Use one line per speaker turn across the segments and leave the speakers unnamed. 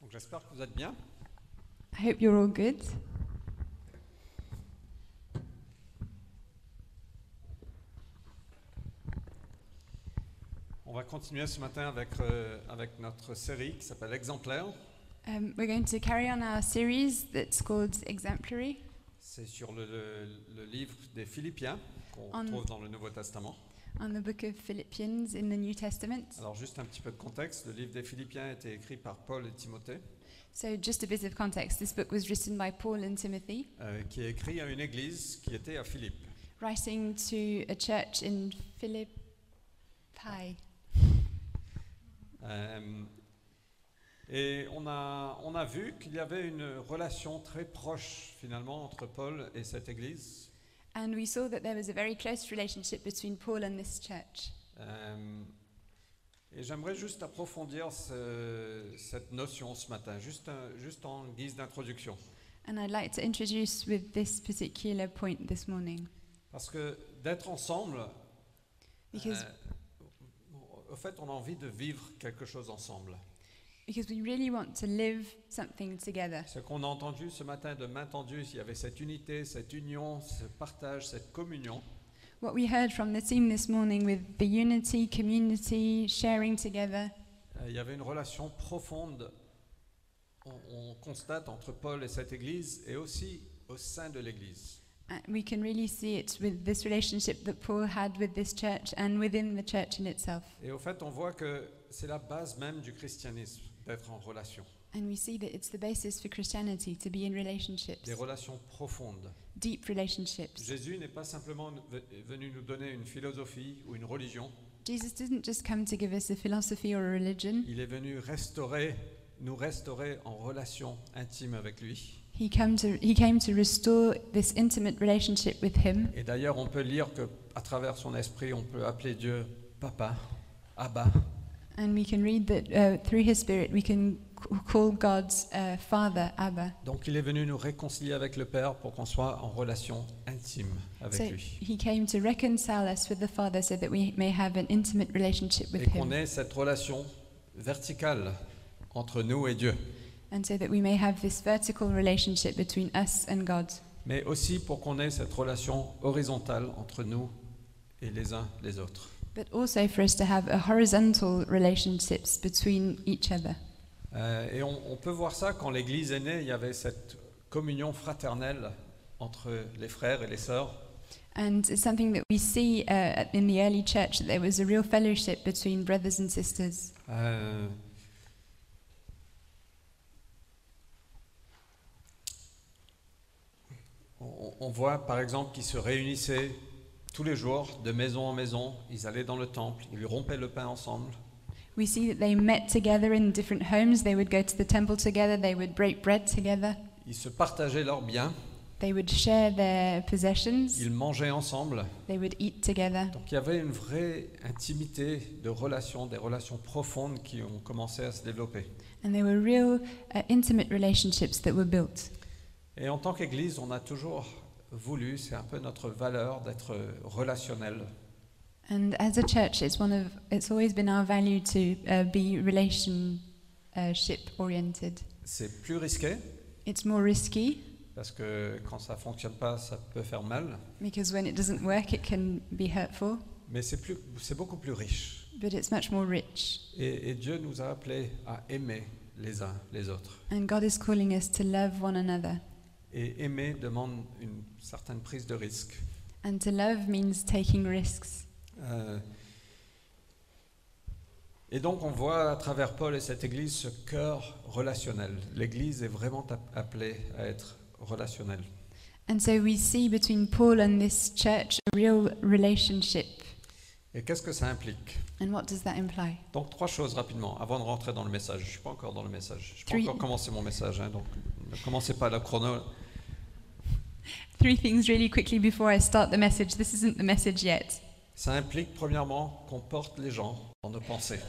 Donc j'espère que vous êtes bien.
I hope you're all good.
On va continuer ce matin avec, euh, avec notre série qui s'appelle Exemplaire.
Um, we're going to carry on our series that's called Exemplary
C'est sur le, le- le livre des Philippiens qu'on
En-
retrouve dans le Nouveau Testament.
on the book of Philippians in the New Testament.
Alors juste un petit peu de contexte, le livre des Philippiens a été écrit par Paul et Timothée,
So, just a bit of context this book was written by Paul and Timothy,
euh, qui est écrit à une église qui était à Philippe.
writing to a church in Philippi.
Euh, et on a, on a vu qu'il y avait une relation très proche finalement entre Paul et cette église.
And we saw that there was a very close relationship between Paul and this church.
Euh, et j'aimerais juste approfondir ce- cette notion ce matin, juste, un- juste en guise d'introduction.
And I'd like to introduce with this particular point this morning.
Parce que d'être ensemble,
Because,
Uh. euh, au fait, on a envie de vivre quelque chose ensemble.
because we really want to live something together.
Ce qu'on a entendu ce matin de main tendue, il y avait cette unité, cette union, ce partage, cette communion.
What we heard from the team this morning with the unity, community, sharing together,
Euh, il y avait une relation profonde, on, on constate, entre Paul et cette Église et aussi au sein de l'Église.
uh, we can really see it with this relationship that Paul had with this church and within the church in itself.
Et au fait, on voit que c'est la base même du christianisme, d'être en relation,
And we see that it's the basis for Christianity to be in relationships,
des relations profondes.
deep relationships.
Jésus n'est pas simplement ve- venu nous donner une philosophie ou une religion,
Jesus didn't just come to give us a philosophy or a religion,
il est venu restaurer, nous restaurer en relation intime avec lui.
he, come to, he came to restore this intimate relationship with Him.
Et d'ailleurs, on peut lire que à travers son esprit, on peut appeler Dieu Papa, Abba.
And we can read that uh, through His Spirit we can c- call God's uh, Father, Abba.
Donc il est venu nous réconcilier avec le Père pour qu'on soit en relation intime avec
So
lui.
he came to reconcile us with the Father so that we may have an intimate relationship with
Et qu'on
him
ait cette relation verticale entre nous et Dieu.
and so that we may have this vertical relationship between us and God
mais aussi pour qu'on ait cette relation horizontale entre nous et les uns les autres.
but also for us to have a horizontal relationships between each other.
Euh, et on, on peut voir ça quand l'Église est née, il y avait cette communion fraternelle entre les frères et les sœurs.
And it's something that we see uh, in the early church that there was a real fellowship between brothers and sisters.
Euh, on, on voit par exemple qu'ils se réunissaient tous les jours de maison en maison, ils allaient dans le temple, ils rompaient le pain ensemble.
We see that they met together in different homes, they would go to the temple together, they would break bread together,
Ils se partageaient leurs biens,
they would share their possessions,
ils mangeaient ensemble.
they would eat together.
Donc il y avait une vraie intimité de relations, des relations profondes qui ont commencé à se développer.
And there were real uh, intimate relationships that were built.
Et en tant qu'Église, on a toujours voulu, c'est un peu notre valeur d'être relationnel.
And as a church, it's one of it's always been our value to uh, be relationship oriented.
C'est plus risqué,
It's more risky
parce que quand ça fonctionne pas, ça peut faire mal,
because when it doesn't work, it can be hurtful.
mais c'est plus- c'est beaucoup plus riche.
But it's much more rich.
Et, et Dieu nous a appelés à aimer les uns les autres.
And God is calling us to love one another.
Et aimer demande une certaine prise de risque.
And to love means taking risks.
Euh, et donc on voit à travers Paul et cette Église ce cœur relationnel. L'Église est vraiment ap- appelée à être relationnelle.
And so we see between Paul and this church a real relationship.
Et qu'est-ce que ça implique
And what does that imply?
Donc trois choses rapidement, avant de rentrer dans le message. Je ne suis pas encore dans le message. Je n'ai pas
Three-
encore commencé mon message, hein, donc ne commencez pas le chrono.
Three things really quickly before I start the message. This isn't the message yet.
Ça implique premièrement qu'on porte les gens dans nos pensées.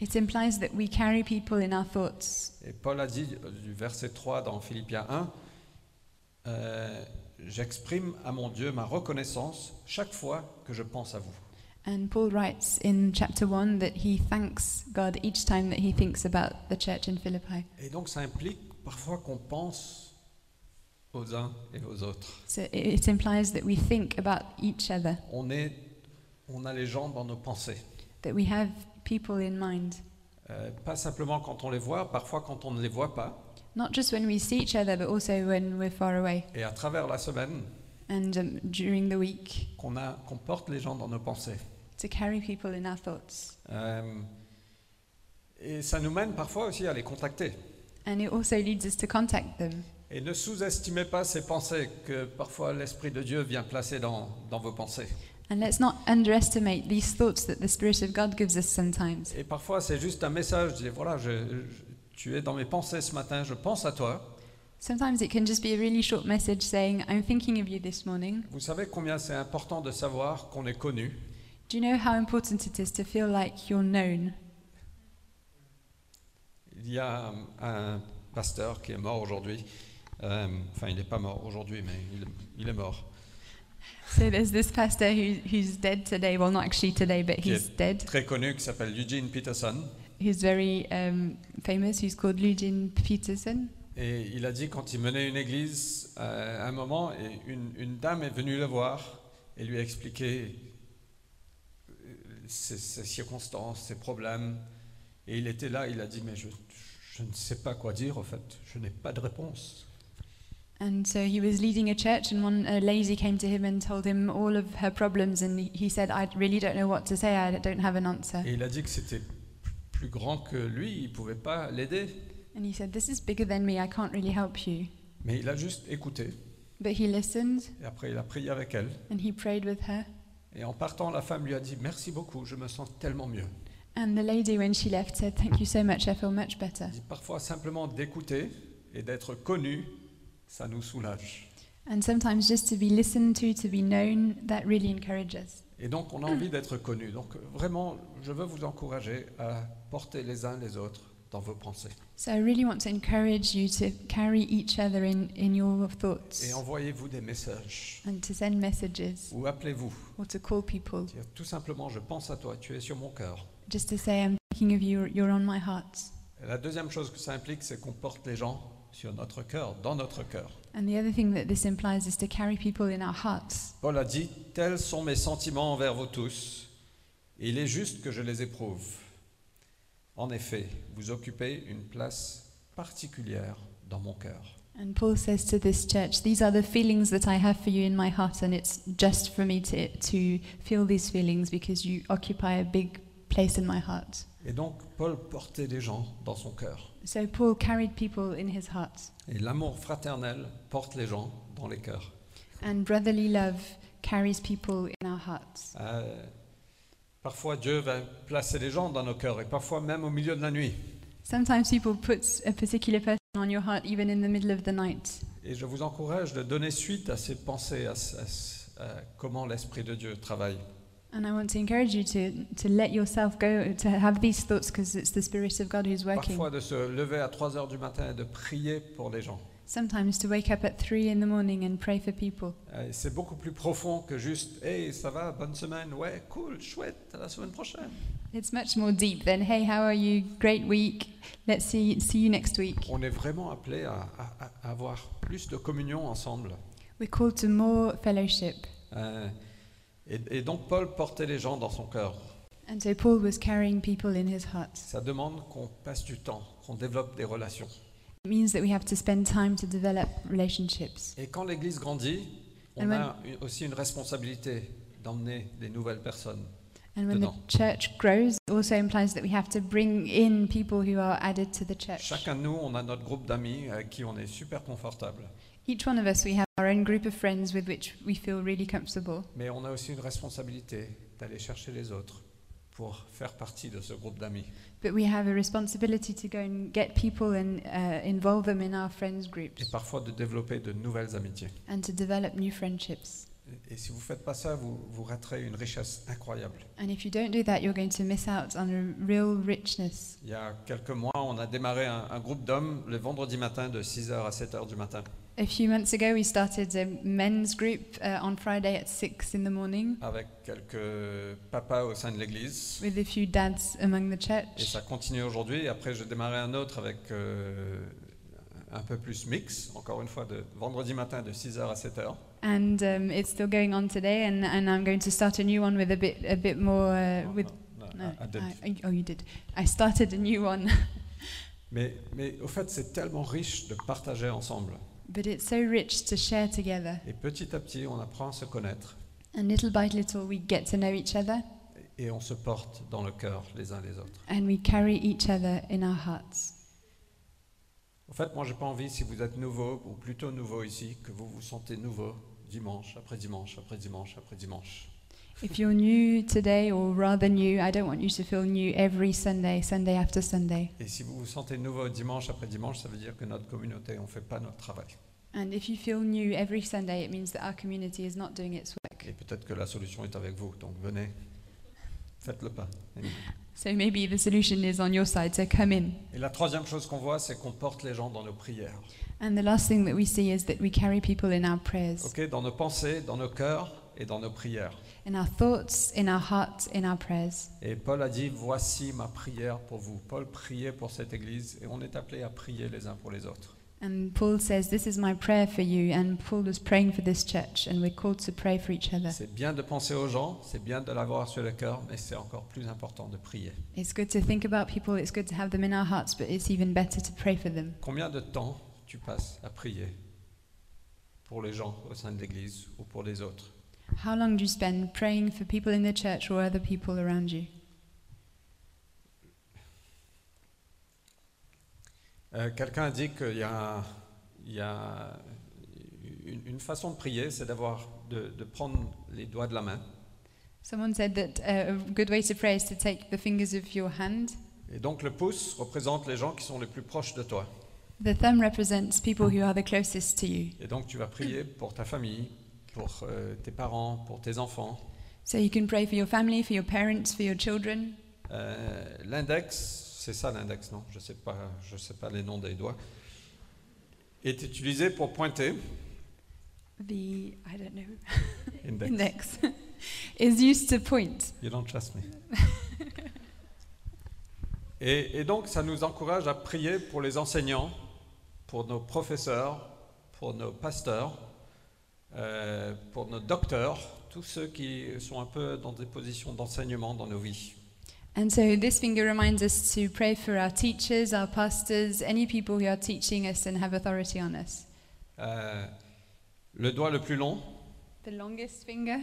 It implies that we carry people in our thoughts.
Et Paul a dit euh, du verset 3 dans Philippiens 1, euh, J'exprime à mon Dieu ma reconnaissance chaque fois que je pense à vous.
And Paul writes in chapter 1 that he thanks God each time that he thinks about the church in Philippi.
Et donc ça implique parfois qu'on pense aux uns et aux autres.
So it, it implies that we think about each other,
On, est, on a les gens dans nos pensées.
that we have people in mind,
Euh, pas simplement quand on les voit, parfois quand on ne les voit pas.
not just when we see each other, but also when we're far away
Et à travers la semaine,
and um, during the week
qu'on a- qu'on porte les gens dans nos pensées.
to carry people in our thoughts.
Euh, et ça nous mène parfois aussi à les contacter.
And it also leads us to contact them.
Et ne sous-estimez pas ces pensées que parfois l'Esprit de Dieu vient placer dans, dans vos pensées.
And let's not underestimate these thoughts that the Spirit of God gives us sometimes.
Et parfois, c'est juste un message. Je dis, voilà, je- je- tu es dans mes pensées ce matin, je pense à toi.
Sometimes it can just be a really short message saying, I'm thinking of you this morning.
Vous savez combien c'est important de savoir qu'on est connu.
Do you know how important it is to feel like you're known?
Il y a euh, un pasteur qui est mort aujourd'hui. Euh, enfin, il n'est pas mort aujourd'hui, mais il, il est mort.
So there's this pastor who, who's dead today. Well, not actually today, but he's dead.
Très connu, qui s'appelle Eugene Peterson.
Who's very um, famous. Who's called Eugene Peterson.
Et il a dit quand il menait une église, euh, à un moment, et une, une dame est venue le voir et lui a expliqué euh, ses, ses circonstances, ses problèmes. Et il était là, il a dit, mais je, je ne sais pas quoi dire, en fait, je n'ai pas de réponse.
And so he was leading a church, and one a lady came to him and told him all of her problems. And he said, "I really don't know what to say. I don't have an answer."
Et il a dit que c'était plus grand que lui, il ne pouvait pas l'aider.
And he said, "This is bigger than me. I can't really help you."
Mais il a juste écouté.
But he listened
Et après, il a prié avec elle.
and he prayed with her.
Et en partant, la femme lui a dit, merci beaucoup, je me sens tellement mieux.
And the lady, when she left, said, "Thank you so much. I feel much better."
Il dit, Parfois, simplement d'écouter et d'être connu, ça nous soulage.
And sometimes just to be listened to, to be known, that really encourages.
Et donc, on a envie d'être connu. Donc, vraiment, je veux vous encourager à porter les uns les autres dans vos pensées.
So I really want to encourage you to carry each other in, in your
Et
thoughts
envoyez-vous des messages
and to send messages
ou appelez-vous.
or to call people
Dire tout simplement, je pense à toi, tu es sur mon cœur.
just to say, I'm thinking of you, you're on my heart.
Et la deuxième chose que ça implique, c'est qu'on porte les gens sur notre cœur, dans notre cœur.
And the other thing that this implies is to carry people in our hearts.
Paul a dit, tels sont mes sentiments envers vous tous, et il est juste que je les éprouve. En effet, vous occupez une place particulière dans mon cœur.
And Paul says to this church, These are the feelings that I have for you in my heart, and it's just for me to, to feel these feelings because you occupy a big place in my heart.
Et donc, Paul portait des gens dans son cœur.
So Paul carried people in his heart.
Et l'amour fraternel porte les gens dans les cœurs.
And brotherly love carries people in our hearts.
Euh, parfois, Dieu va placer les gens dans nos cœurs, et parfois même au milieu de la nuit.
Sometimes people put a particular person on your heart even in the middle of the night.
Et je vous encourage de donner suite à ces pensées, à, ce- à ce- à comment l'Esprit de Dieu travaille.
And I want to encourage you to, to let yourself go, to have these thoughts because it's the Spirit of God who's working.
Parfois, de se lever à 3 heures du matin et de prier pour les gens.
Sometimes to wake up at three in the morning and pray for people.
Euh, C'est beaucoup plus profond que juste Hey, ça va, bonne semaine, ouais, cool, chouette, à la semaine prochaine.
It's much more deep than, hey, how are you? Great week. Let's see, see you next week.
On est vraiment appelé à, à- à- à avoir plus de communion ensemble.
We're called to more fellowship.
Euh, et, et donc, Paul portait les gens dans son cœur.
And so Paul was carrying people in his heart.
Ça demande qu'on passe du temps, qu'on développe des relations.
It means that we have to spend time to develop relationships.
Et quand l'Église grandit, on
And
a une- aussi une responsabilité d'emmener des nouvelles personnes.
And when the
Dedans.
church grows, it also implies that we have to bring in people who are added to the church.
Chacun de nous, on a notre groupe d'amis à qui on est super confortable.
Each one of us, we have our own group of friends with which we feel really comfortable.
Mais on a aussi une responsabilité d'aller chercher les autres pour faire partie de ce groupe d'amis.
But we have a responsibility to go and get people and uh, involve them in our friends'
Et
groups
parfois de développer de nouvelles amitiés.
and to develop new friendships.
Et si vous ne faites pas ça, vous, vous raterez une richesse incroyable.
And if you don't do that, you're going to miss out on a real richness.
Il y a quelques mois, on a démarré un, un groupe d'hommes le vendredi matin de 6h à 7h du matin.
A few months ago, we started a men's group uh, on Friday at 6 in the morning
avec quelques papas au sein de l'église.
with a few dads among the
Et
church.
ça continue aujourd'hui. Et Après, j'ai démarré un autre avec euh, un peu plus mix, encore une fois, de vendredi matin de 6h à 7h.
And um, it's still going on today, and, and I'm going to start a new one with a bit, a bit more. Uh, with no,
à- à Delphi.
I, oh, you did. I started a new one,
Mais, mais au fait, c'est tellement riche de partager ensemble.
but it's so rich to share together.
Et petit à petit, on apprend à se connaître
And little by little, we get to know each other,
et on se porte dans le cœur les uns les autres.
and we carry each other in our hearts.
Au fait, moi, j'ai pas envie, si vous êtes nouveau ou plutôt nouveau ici, que vous vous sentez nouveau dimanche après dimanche après dimanche après dimanche.
If you're new today, or rather new, I don't want you to feel new every Sunday, Sunday after Sunday.
Et si vous vous sentez nouveau dimanche après dimanche, ça veut dire que notre communauté, on fait pas notre travail.
And if you feel new every Sunday, it means that our community is not doing its
Et
work.
peut-être que la solution est avec vous, donc venez, faites le pas.
So maybe the solution is on your side, so come in.
Et la troisième chose qu'on voit, c'est qu'on porte les gens dans nos prières.
And the last thing that we see is that we carry people in our prayers,
Ok, dans nos pensées, dans nos cœurs et dans nos prières.
in our thoughts, in our hearts, in our prayers.
Et Paul a dit, voici ma prière pour vous. Paul priait pour cette église et on est appelé à prier les uns pour les autres.
And Paul says, This is my prayer for you. And Paul was praying for this church, and we're called to pray for each other.
C'est bien de penser aux gens, c'est bien de l'avoir sur le cœur, mais c'est encore plus important de prier.
It's good to think about people, it's good to have them in our hearts, but it's even better to pray for them.
Combien de temps tu passes à prier pour les gens au sein de l'église ou pour les autres
How long do you spend praying for people in the church or other people around you?
Euh, Quelqu'un a dit qu'il y a, un- il y a une, une façon de prier, c'est d'avoir de, de prendre les doigts de la main.
Someone said that uh, a good way to pray is to take the fingers of your hand.
Et donc le pouce représente les gens qui sont les plus proches de toi.
The thumb represents people who are the closest to you.
Et donc tu vas prier pour ta famille, pour euh, tes parents, pour tes enfants.
So you can pray for your family, for your parents, for your children.
Euh, l'index, c'est ça l'index, non Je ne sais, pas- je sais pas les noms des doigts, est utilisé pour pointer.
The, I don't know,
Index.
index is used to point.
You don't trust me. et, et donc ça nous encourage à prier pour les enseignants, pour nos professeurs, pour nos pasteurs, euh, pour nos docteurs, tous ceux qui sont un peu dans des positions d'enseignement dans nos vies.
And so this finger reminds us to pray for our teachers, our pastors, any people who are teaching us and have authority on us.
Euh, le doigt le plus long,
The longest finger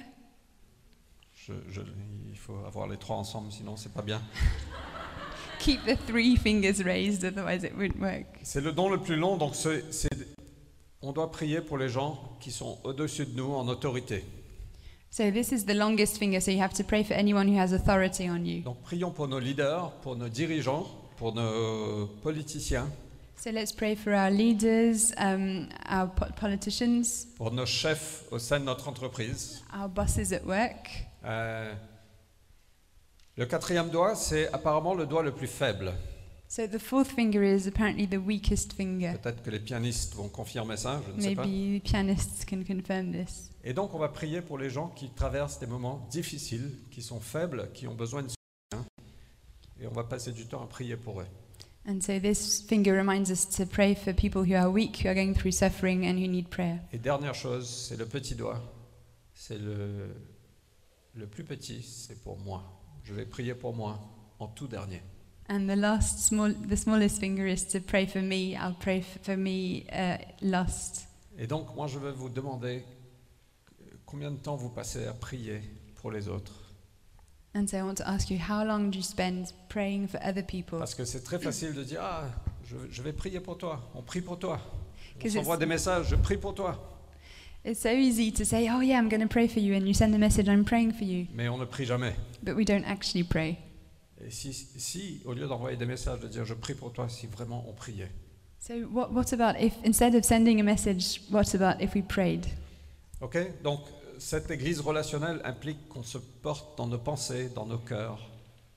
Je- je- il faut avoir les trois ensemble, sinon c'est pas bien.
keep the three fingers raised, otherwise it wouldn't work.
C'est le don le plus long, donc c'est, c'est- on doit prier pour les gens qui sont au-dessus de nous en autorité.
So this is the longest finger, so you have to pray for anyone who has authority on you.
Donc prions pour nos leaders, pour nos dirigeants, pour nos politiciens,
So let's pray for our leaders, um, our po- politicians,
pour nos chefs au sein de notre entreprise.
our bosses at work.
Euh, le quatrième doigt, c'est apparemment le doigt le plus faible.
So the fourth finger is apparently the weakest finger.
Peut-être que les pianistes vont confirmer ça, je ne sais pas.
Maybe pianists can confirm this.
Et donc on va prier pour les gens qui traversent des moments difficiles, qui sont faibles, qui ont besoin de soutien. Et on va passer du temps à prier pour eux.
And so this finger reminds us to pray for people who are weak, who are going through suffering, and who need prayer.
Et dernière chose, c'est le petit doigt. C'est le, le plus petit, c'est pour moi. Je vais prier pour moi en tout dernier.
And the last, small, the smallest finger is to pray for me. I'll pray f- for me uh, last.
Et donc moi je vais vous demander combien de temps vous passez à prier pour les autres.
And so I want to ask you, how long do you spend praying for other people?
Parce que c'est très facile de dire, ah, je, je vais prier pour toi, on prie pour toi. On
Qu'est-ce que
s'envoie
c'est
des messages, je prie pour toi.
It's so easy to say, oh yeah, I'm going to pray for you, and you send the message, I'm praying for you.
Mais on ne prie jamais.
But we don't actually pray.
Et si, si, au lieu d'envoyer des messages, de dire je prie pour toi, si vraiment on priait.
So what, what about if, instead of sending a message, what about if we prayed?
Ok Donc, euh, cette église relationnelle implique qu'on se porte dans nos pensées, dans nos cœurs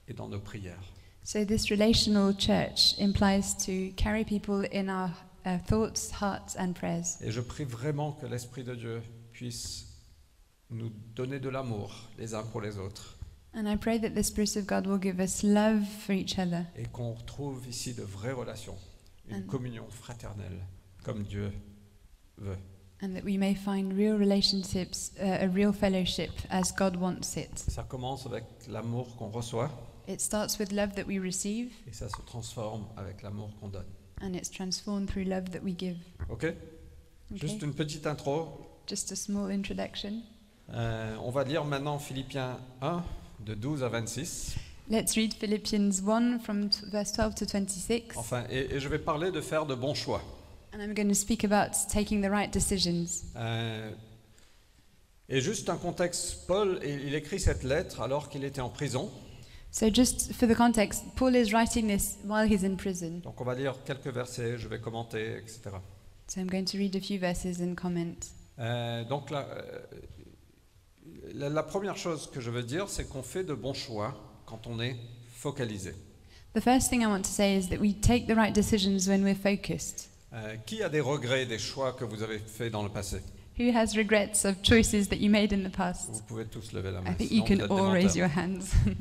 et dans nos prières.
So this relational church implies to carry people in our uh, thoughts, hearts, and prayers.
Et je prie vraiment que l'Esprit de Dieu puisse nous donner de l'amour les uns pour les autres
And I pray that the Spirit of God will give us love for each other
et qu'on retrouve ici de vraies relations, une
Amen.
communion fraternelle comme Dieu veut.
and that we may find real relationships, uh, a real fellowship as God wants it.
Ça commence avec l'amour qu'on reçoit
It starts with love that we receive
et ça se transforme avec l'amour qu'on donne.
and it's transformed through love that we give.
Ok
Okay?
Juste une petite intro.
Just a small introduction.
Euh, on va lire maintenant Philippiens 1 de 12 à 26.
Let's read Philippians 1 from t- verse 12 to 26.
Enfin, et, et je vais parler de faire de bons choix.
And I'm going to speak about taking the right decisions.
Euh, et juste un contexte, Paul, il il écrit cette lettre alors qu'il était en prison.
So, just for the context, Paul is writing this while he's in prison.
Donc on va lire quelques versets, je vais commenter, etc.
So, I'm going to read a few verses and comment.
Euh, donc la, euh, la- la première chose que je veux dire, c'est qu'on fait de bons choix quand on est focalisé.
The first thing I want to say is that we take the right decisions when we're focused.
Euh, qui a des regrets des choix que vous avez faits dans le passé
Who has regrets of choices that you made in the
Vous
past?
pouvez tous lever la main.
I think you
sinon
can
vous êtes des
all
menteurs.
raise your hands.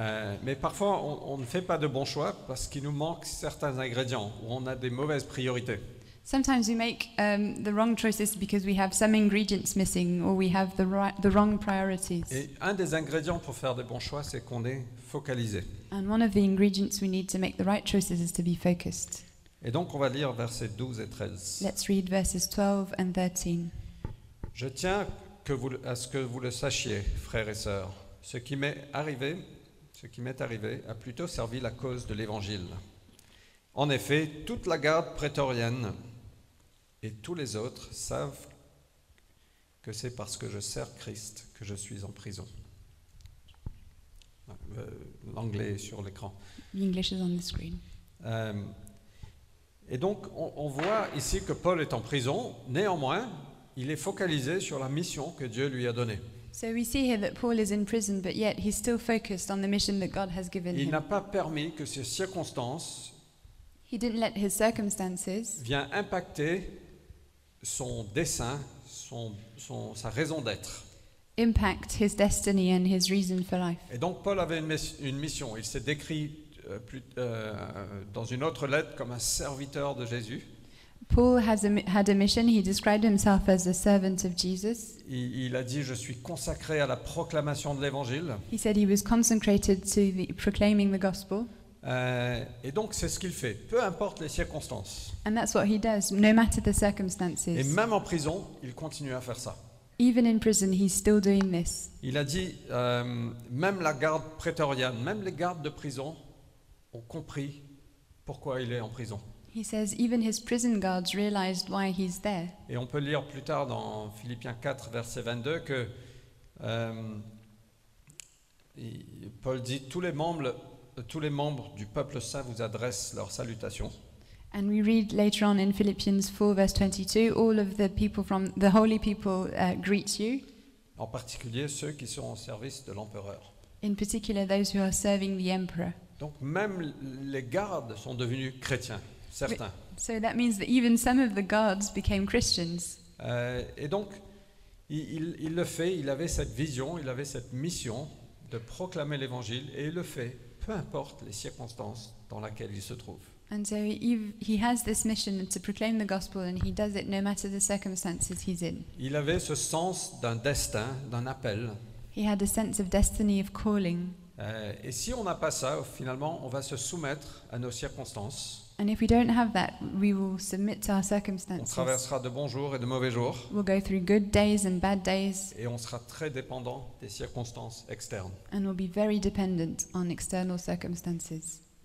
Euh, mais parfois, on, on ne fait pas de bons choix parce qu'il nous manque certains ingrédients ou on a des mauvaises priorités.
Sometimes we make um, the wrong choices because we have some ingredients missing or we have the, right, the wrong priorities.
Et un des ingrédients pour faire des bons choix, c'est qu'on est focalisé.
And one of the ingredients we need to make the right choices is to be focused.
Et donc, on va lire versets 12 et 13.
Let's read verses 12 and 13.
Je tiens que vous le- à ce que vous le sachiez, frères et sœurs. Ce qui m'est arrivé, ce qui m'est arrivé, a plutôt servi la cause de l'Évangile. En effet, toute la garde prétorienne et tous les autres savent que c'est parce que je sers Christ que je suis en prison. Euh, L'anglais est sur l'écran.
The English is on the screen.
Euh, et donc, on, on voit ici que Paul est en prison. Néanmoins, il est focalisé sur la mission que Dieu lui a donnée.
So we see here that Paul is in prison, but yet he's still focused on the mission that God has given
Il n'a
him.
pas permis que ces circonstances
He didn't let his circumstances
viennent impacter son dessein, son, son- sa raison d'être.
impact his destiny and his reason for life.
Et donc, Paul avait une, mes- une mission. Il s'est décrit euh, plus- euh, dans une autre lettre comme un serviteur de Jésus.
Paul has a, mi- had a mission. He described himself as a servant of Jesus.
Il, il a dit, je suis consacré à la proclamation de l'Évangile.
He said he was consecrated to the, proclaiming the gospel,
Euh, et donc, c'est ce qu'il fait, peu importe les circonstances.
and that's what he does, no matter the
Et
circumstances.
même en prison, il continue à faire ça.
Even in prison, he's still doing this.
Il a dit, euh, même la garde prétorienne, même les gardes de prison ont compris pourquoi il est en prison.
He says even his prison guards realized why he's there.
Et on peut lire plus tard dans Philippiens 4, verset 22, que euh, il- Paul dit, tous les, membres, tous les membres du peuple saint vous adressent leurs salutations.
And we read later on in Philippians 4, verse 22, all of the people from the holy people uh, greet you,
en particulier ceux qui sont au service de l'empereur.
in particular those who are serving the emperor.
Donc même les gardes sont devenus chrétiens, certains.
So that means that even some of the guards became Christians.
Euh, et donc, il, il- il le fait, il avait cette vision, il avait cette mission de proclamer l'évangile, et il le fait, peu importe les circonstances dans lesquelles il se trouve.
And so he, he has this mission to proclaim the gospel, and he does it no matter the circumstances he's in.
Il avait ce sens d'un destin, d'un appel.
He had a sense of destiny, of calling.
Euh, et si on n'a pas ça, finalement, on va se soumettre à nos circonstances.
And if we don't have that, we will submit to our
On
circumstances.
traversera de bons jours et de mauvais jours,
We'll go through good days and bad days,
et on sera très dépendant des circonstances externes.
and we'll be very dependent on external circumstances.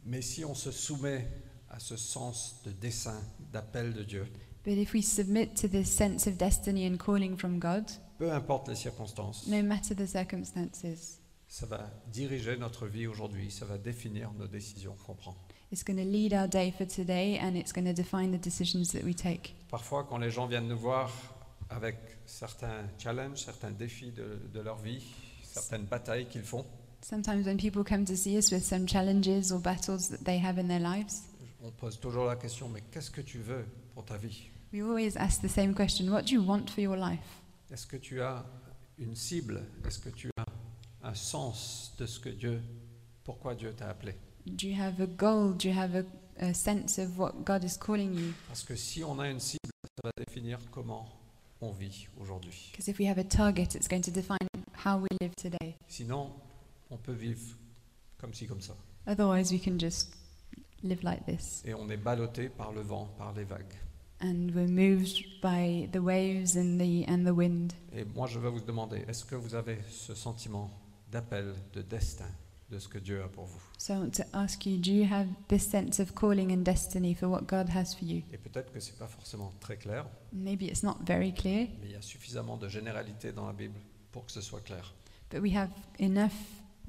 Mais si on se soumet à ce sens de dessein, d'appel de Dieu,
But if we submit to this sense of destiny and calling from God,
peu importe les circonstances,
no matter the circumstances,
ça va diriger notre vie aujourd'hui, ça va définir nos décisions qu'on prend.
it's going to lead our day for today and it's going to define the decisions that we take.
Parfois, quand les gens viennent nous voir avec certains challenges, certains défis de, de leur vie, certaines batailles qu'ils font,
Sometimes when people come to see us with some challenges or battles that they have in their lives,
on pose toujours la question, mais qu'est-ce que tu veux pour ta vie
We always ask the same question What do you want for your life?
Est-ce que tu as une cible Est-ce que tu as un sens de ce que Dieu, pourquoi Dieu t'a appelé
Do you have a goal? Do you have a, a sense of what God is calling you?
Parce que si on a une cible, ça va définir comment on vit aujourd'hui.
Because if we have a target, it's going to define how we live today.
Sinon, on peut vivre comme ci, comme ça.
Otherwise, we can just live like this.
Et on est ballotté par le vent, par les vagues.
And we're moved by the waves and the, and the wind.
Et moi, je veux vous demander, est-ce que vous avez ce sentiment d'appel, de destin, de ce que Dieu a pour vous
So I want to ask you do you have this sense of calling and destiny for what God has for you?
Et peut-être que ce n'est pas forcément très clair,
Maybe it's not very clear,
mais il y a suffisamment de généralité dans la Bible pour que ce soit clair.
but we have enough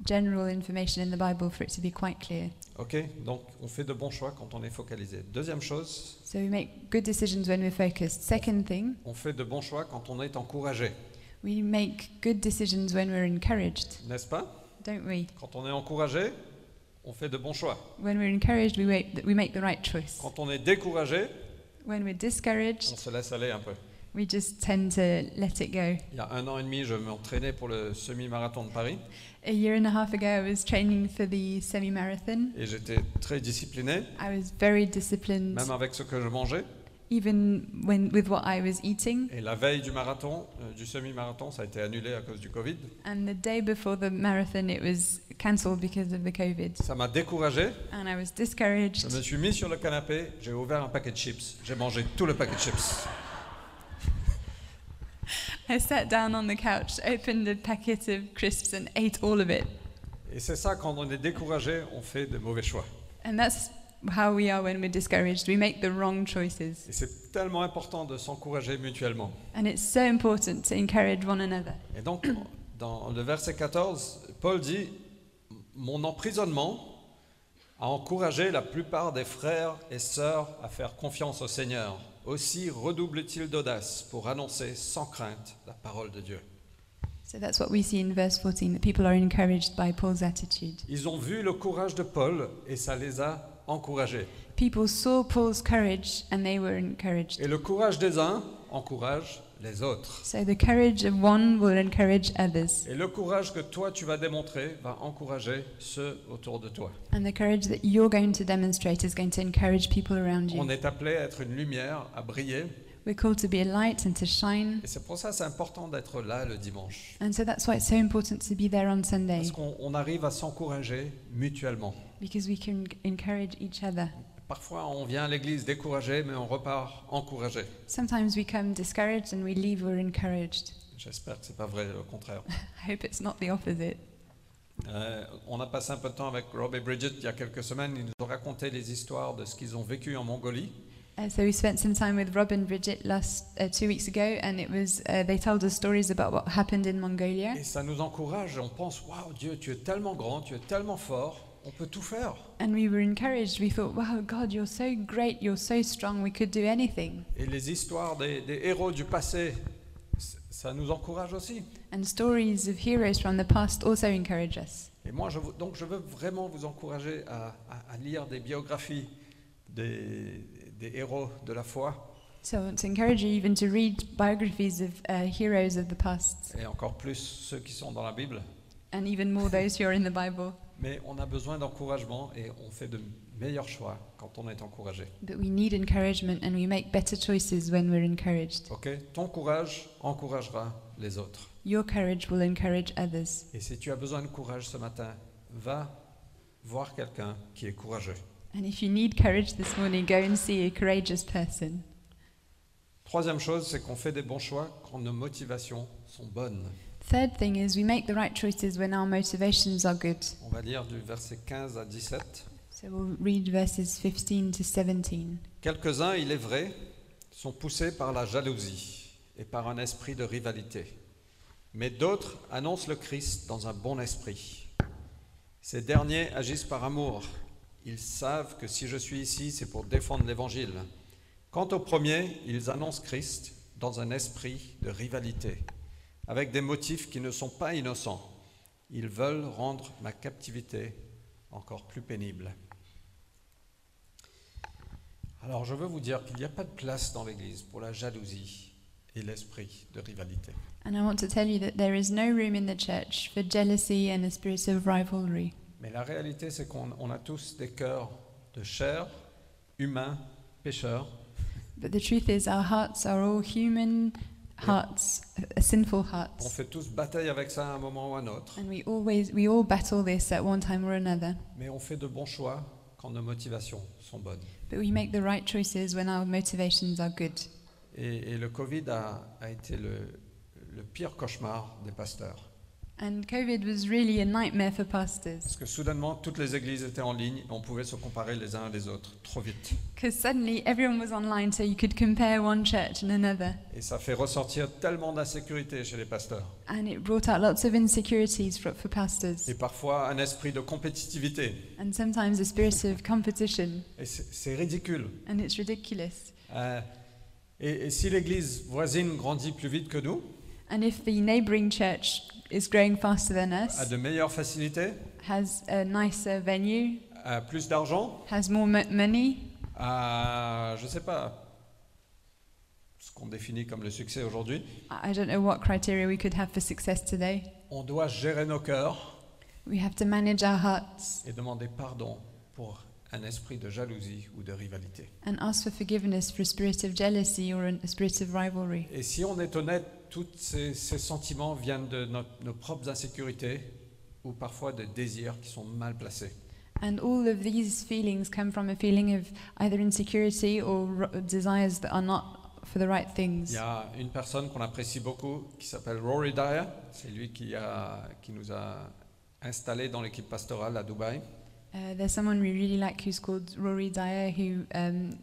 general information in the Bible for it to be quite clear.
Ok, donc on fait de bons choix quand on est focalisé. Deuxième chose,
So we make good decisions when we're focused. Second thing,
on fait de bons choix quand on est encouragé,
we make good decisions when we're encouraged,
n'est-ce pas
don't we?
Quand on est encouragé, on fait de bons choix.
When we're encouraged, we make, we make the right choice.
Quand on est découragé,
When we're
on
discouraged,
se laisse aller un peu.
we just tend to let it go.
Il y a un an et demi, je m'entraînais pour le semi-marathon de Paris
A year and a half ago, I was training for the semi marathon.
et j'étais très discipliné,
I was very disciplined,
même avec ce que je mangeais.
even when, with what I was eating.
Et la veille du marathon, euh, du semi-marathon, ça a été annulé à cause du Covid.
And the day before the marathon, it was cancelled because of the COVID.
Ça m'a découragé.
And I was
Je
discouraged.
me suis mis sur le canapé, j'ai ouvert un paquet de chips, j'ai mangé tout le paquet de chips.
I sat down on the couch, opened a packet of crisps, and ate all of it.
Et c'est ça, quand on est découragé, on fait de mauvais choix.
And that's how we are when we're discouraged. We make the wrong choices.
Et c'est tellement important de s'encourager mutuellement.
And it's so important to encourage one another.
Et donc, dans le verset 14, Paul dit Mon emprisonnement a encouragé la plupart des frères et sœurs à faire confiance au Seigneur. Aussi redouble-t-il d'audace pour annoncer sans crainte la parole de Dieu.
So that's what we see in verse 14 that people are encouraged by Paul's attitude.
Ils ont vu le courage de Paul et ça les a encouragés.
People saw Paul's courage and they were encouraged.
Et le courage des uns encourage les autres.
So the courage of one will encourage others,
Et le courage que toi tu vas démontrer va encourager ceux autour de toi.
and the courage that you're going to demonstrate is going to encourage people around
On
you.
est appelé à être une lumière, à briller.
We're called to be a light and to shine,
Et c'est pour ça que c'est important d'être là le dimanche.
and so that's why it's so important to be there on Sunday
Parce qu'on on arrive à s'encourager mutuellement.
because we can encourage each other.
Parfois on vient à l'église découragé, mais on repart encouragé.
Sometimes we come discouraged and we leave we're encouraged.
J'espère que c'est pas vrai, au contraire.
I hope it's not the opposite.
Euh, on a passé un peu de temps avec Rob et Bridget il y a quelques semaines. Ils nous ont raconté les histoires de ce qu'ils ont vécu en Mongolie.
Uh, so we spent some time with Rob and Bridget last uh, two weeks ago, and it was uh, they told us stories about what happened in Mongolia,
Et ça nous encourage. On pense, waouh Dieu, tu es tellement grand, tu es tellement fort, on peut tout faire.
and we were encouraged. We thought, "Wow, God, you're so great, you're so strong, we could do anything."
Et les histoires des, des héros du passé, c- ça nous encourage aussi.
And stories of heroes from the past also encourage us.
Et moi, je, vous- donc, je veux vraiment vous encourager à, à- à lire des biographies des, des héros de la foi,
So I want to encourage you even to read biographies of uh, heroes of the past,
et encore plus ceux qui sont dans la Bible.
and even more those who are in the Bible.
Mais on a besoin d'encouragement et on fait de meilleurs choix quand on est encouragé.
But we need encouragement, and we make better choices when we're encouraged.
Ok Ton courage encouragera les autres.
Your courage will encourage others.
Et si tu as besoin de courage ce matin, va voir quelqu'un qui est courageux.
And if you need courage this morning, go and see a courageous person.
Troisième chose, c'est qu'on fait des bons choix quand nos motivations sont bonnes.
Third thing is we make the right choices when our motivations are good.
On va lire du verset 15 à 17.
So we'll read verses 15 to 17.
Quelques-uns, il est vrai, sont poussés par la jalousie et par un esprit de rivalité. Mais d'autres annoncent le Christ dans un bon esprit. Ces derniers agissent par amour. Ils savent que si je suis ici, c'est pour défendre l'Évangile. Quant aux premiers, ils annoncent Christ dans un esprit de rivalité, avec des motifs qui ne sont pas innocents. Ils veulent rendre ma captivité encore plus pénible. Alors je veux vous dire qu'il n'y a pas de place dans l'Église pour la jalousie et l'esprit de rivalité.
And I want to tell you that there is no room in the church for jealousy and the spirit of rivalry.
Mais la réalité, c'est qu'on on a tous des cœurs de chair, humains, pécheurs,
But the truth is, our hearts are all human hearts, uh, sinful
On
hearts.
fait tous bataille avec ça à un moment ou à un autre,
And we always, we all battle this at one time or another.
mais on fait de bons choix quand nos motivations sont bonnes.
But we make the right choices when our motivations are good.
Et, et le Covid a, a été le, le pire cauchemar des pasteurs.
And COVID was really a nightmare for pastors
Parce que soudainement, toutes les églises étaient en ligne et on pouvait se comparer les uns les autres trop vite.
because suddenly everyone was online, so you could compare one church and another.
Et ça fait ressortir tellement d'insécurité chez les pasteurs.
And it brought out lots of insecurities for, for pastors,
Et parfois un esprit de compétitivité.
and sometimes a spirit of competition.
Et c'est c'est ridicule.
And it's ridiculous.
Euh, et- et si l'église voisine grandit plus vite que nous,
And if the neighboring church is growing faster than
a
us,
de meilleures facilités,
has a nicer venue,
a plus d'argent,
has more mo- money,
à, je sais pas, ce qu'on définit comme le succès aujourd'hui.
I I don't know what criteria we could have for success today.
On doit gérer nos cœurs
We have to manage our hearts
et demander pardon pour un esprit de jalousie ou de rivalité.
and ask for forgiveness for a spirit of jealousy or an- a spirit of rivalry.
Et si on est honnête, tous ces, ces sentiments viennent de no- nos propres insécurités ou parfois de désirs qui sont mal placés.
And all of these feelings come from a feeling of either insecurity or r- desires that are not for the right
Il
things.
y a une personne qu'on apprécie beaucoup qui s'appelle Rory Dyer. C'est lui qui, a, qui nous a installés dans l'équipe pastorale à Dubaï.
Uh, there's someone we really like who's called Rory Dyer who um,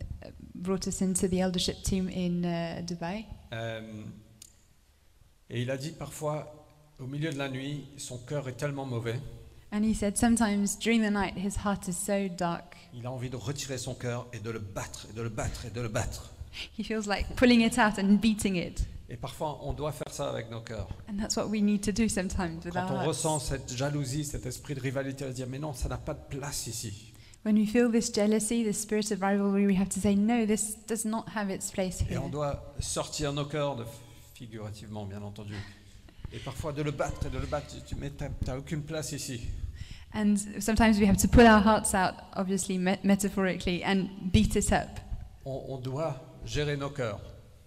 brought us into the eldership team in uh, Dubai.
Euh, et il a dit parfois, au milieu de la nuit, son cœur est tellement mauvais,
And he said sometimes during the night his heart is so dark,
il a envie de retirer son cœur et de le battre, et de le battre, et de le battre.
he feels like pulling it out and beating it.
Et parfois, on doit faire ça avec nos cœurs.
And that's what we need to do sometimes with
Quand
our
on
hearts.
ressent cette jalousie, cet esprit de rivalité, on se dit, mais non, ça n'a pas de place ici.
When we feel this jealousy, this spirit of rivalry, we have to say, no, this does not have its place
Et
here.
on doit sortir nos cœurs, de, figurativement, bien entendu. Et parfois, de le battre et de le battre, tu- mais t'as t'as aucune place ici.
And sometimes we have to pull our hearts out, obviously me- metaphorically, and beat it up.
On- on doit gérer nos cœurs.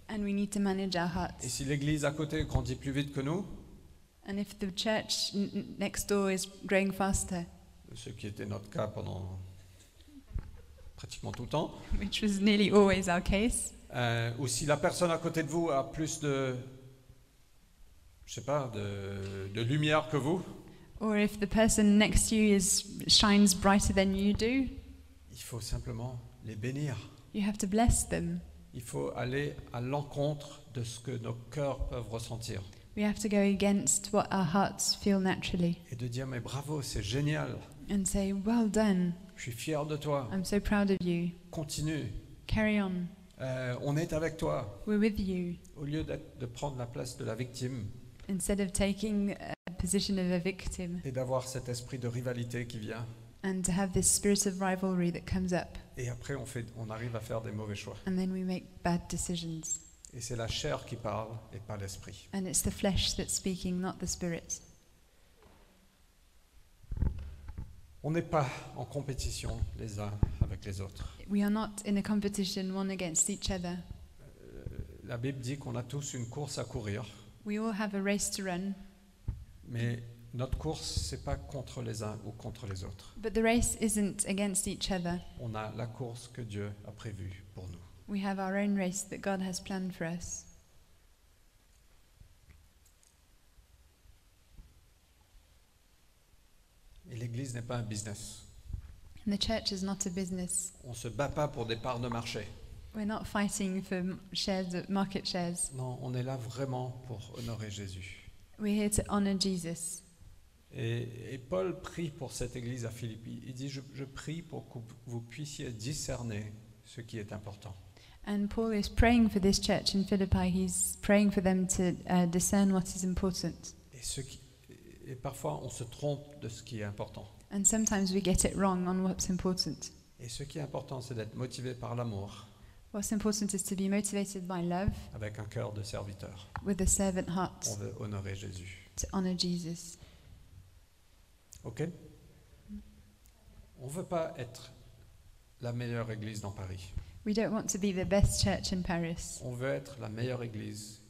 And we need to manage our
Et
hearts.
si l'église à côté grandit plus vite que nous,
And if the church n- n- next door is growing faster,
ce qui était notre cas pendant pratiquement tout le temps,
which was nearly always our case,
euh, ou si la personne à côté de vous a plus de, je sais pas, de, de lumière que vous,
or if the person next to you is shines brighter than you do,
il faut simplement les bénir.
you have to bless them.
Il faut aller à l'encontre de ce que nos cœurs peuvent ressentir
We have to go against what our hearts feel naturally
et de dire mais bravo, c'est génial,
and say, Well done,
je suis fier de toi,
I'm so proud of you.
continue,
Carry on,
Euh, on est avec toi,
we're with you.
au lieu d'être- de prendre la place de la victime
Instead of taking a position of a victim
et d'avoir cet esprit de rivalité qui vient.
and to have this spirit of rivalry that comes up,
Et après, on, fait, on arrive à faire des mauvais choix.
and then we make bad decisions.
Et c'est la chair qui parle et pas l'esprit.
And it's the flesh that's speaking, not the spirit.
On n'est pas en compétition les uns avec les autres.
We are not in a competition one against each other.
Euh, La Bible dit qu'on a tous une course à courir,
We all have a race to run,
mais notre course, c'est pas contre les uns ou contre les autres.
but the race isn't against each other.
On a la course que Dieu a prévue pour nous.
We have our own race that God has planned for us.
Et l'Église n'est pas un business.
And the church is not a business.
On se bat pas pour des parts de marché.
We're not fighting for m- shares, of- market shares.
Non, on est là vraiment pour honorer Jésus.
We're here to honor Jesus.
Et, et Paul prie pour cette église à Philippi. Il dit, je, je prie pour que vous puissiez discerner ce qui est important.
And Paul is praying for this church in Philippi. He's praying for them to uh, discern what is important.
Et, ce qui- et parfois, on se trompe de ce qui est important.
And sometimes we get it wrong on what's important.
Et ce qui est important, c'est d'être motivé par l'amour,
What's important is to be motivated by love
avec un cœur de serviteur.
with a servant heart
On veut honorer Jésus.
to honor Jesus.
OK On ne veut pas être la meilleure église dans Paris.
We don't want to be the best church in Paris.
On veut être la meilleure église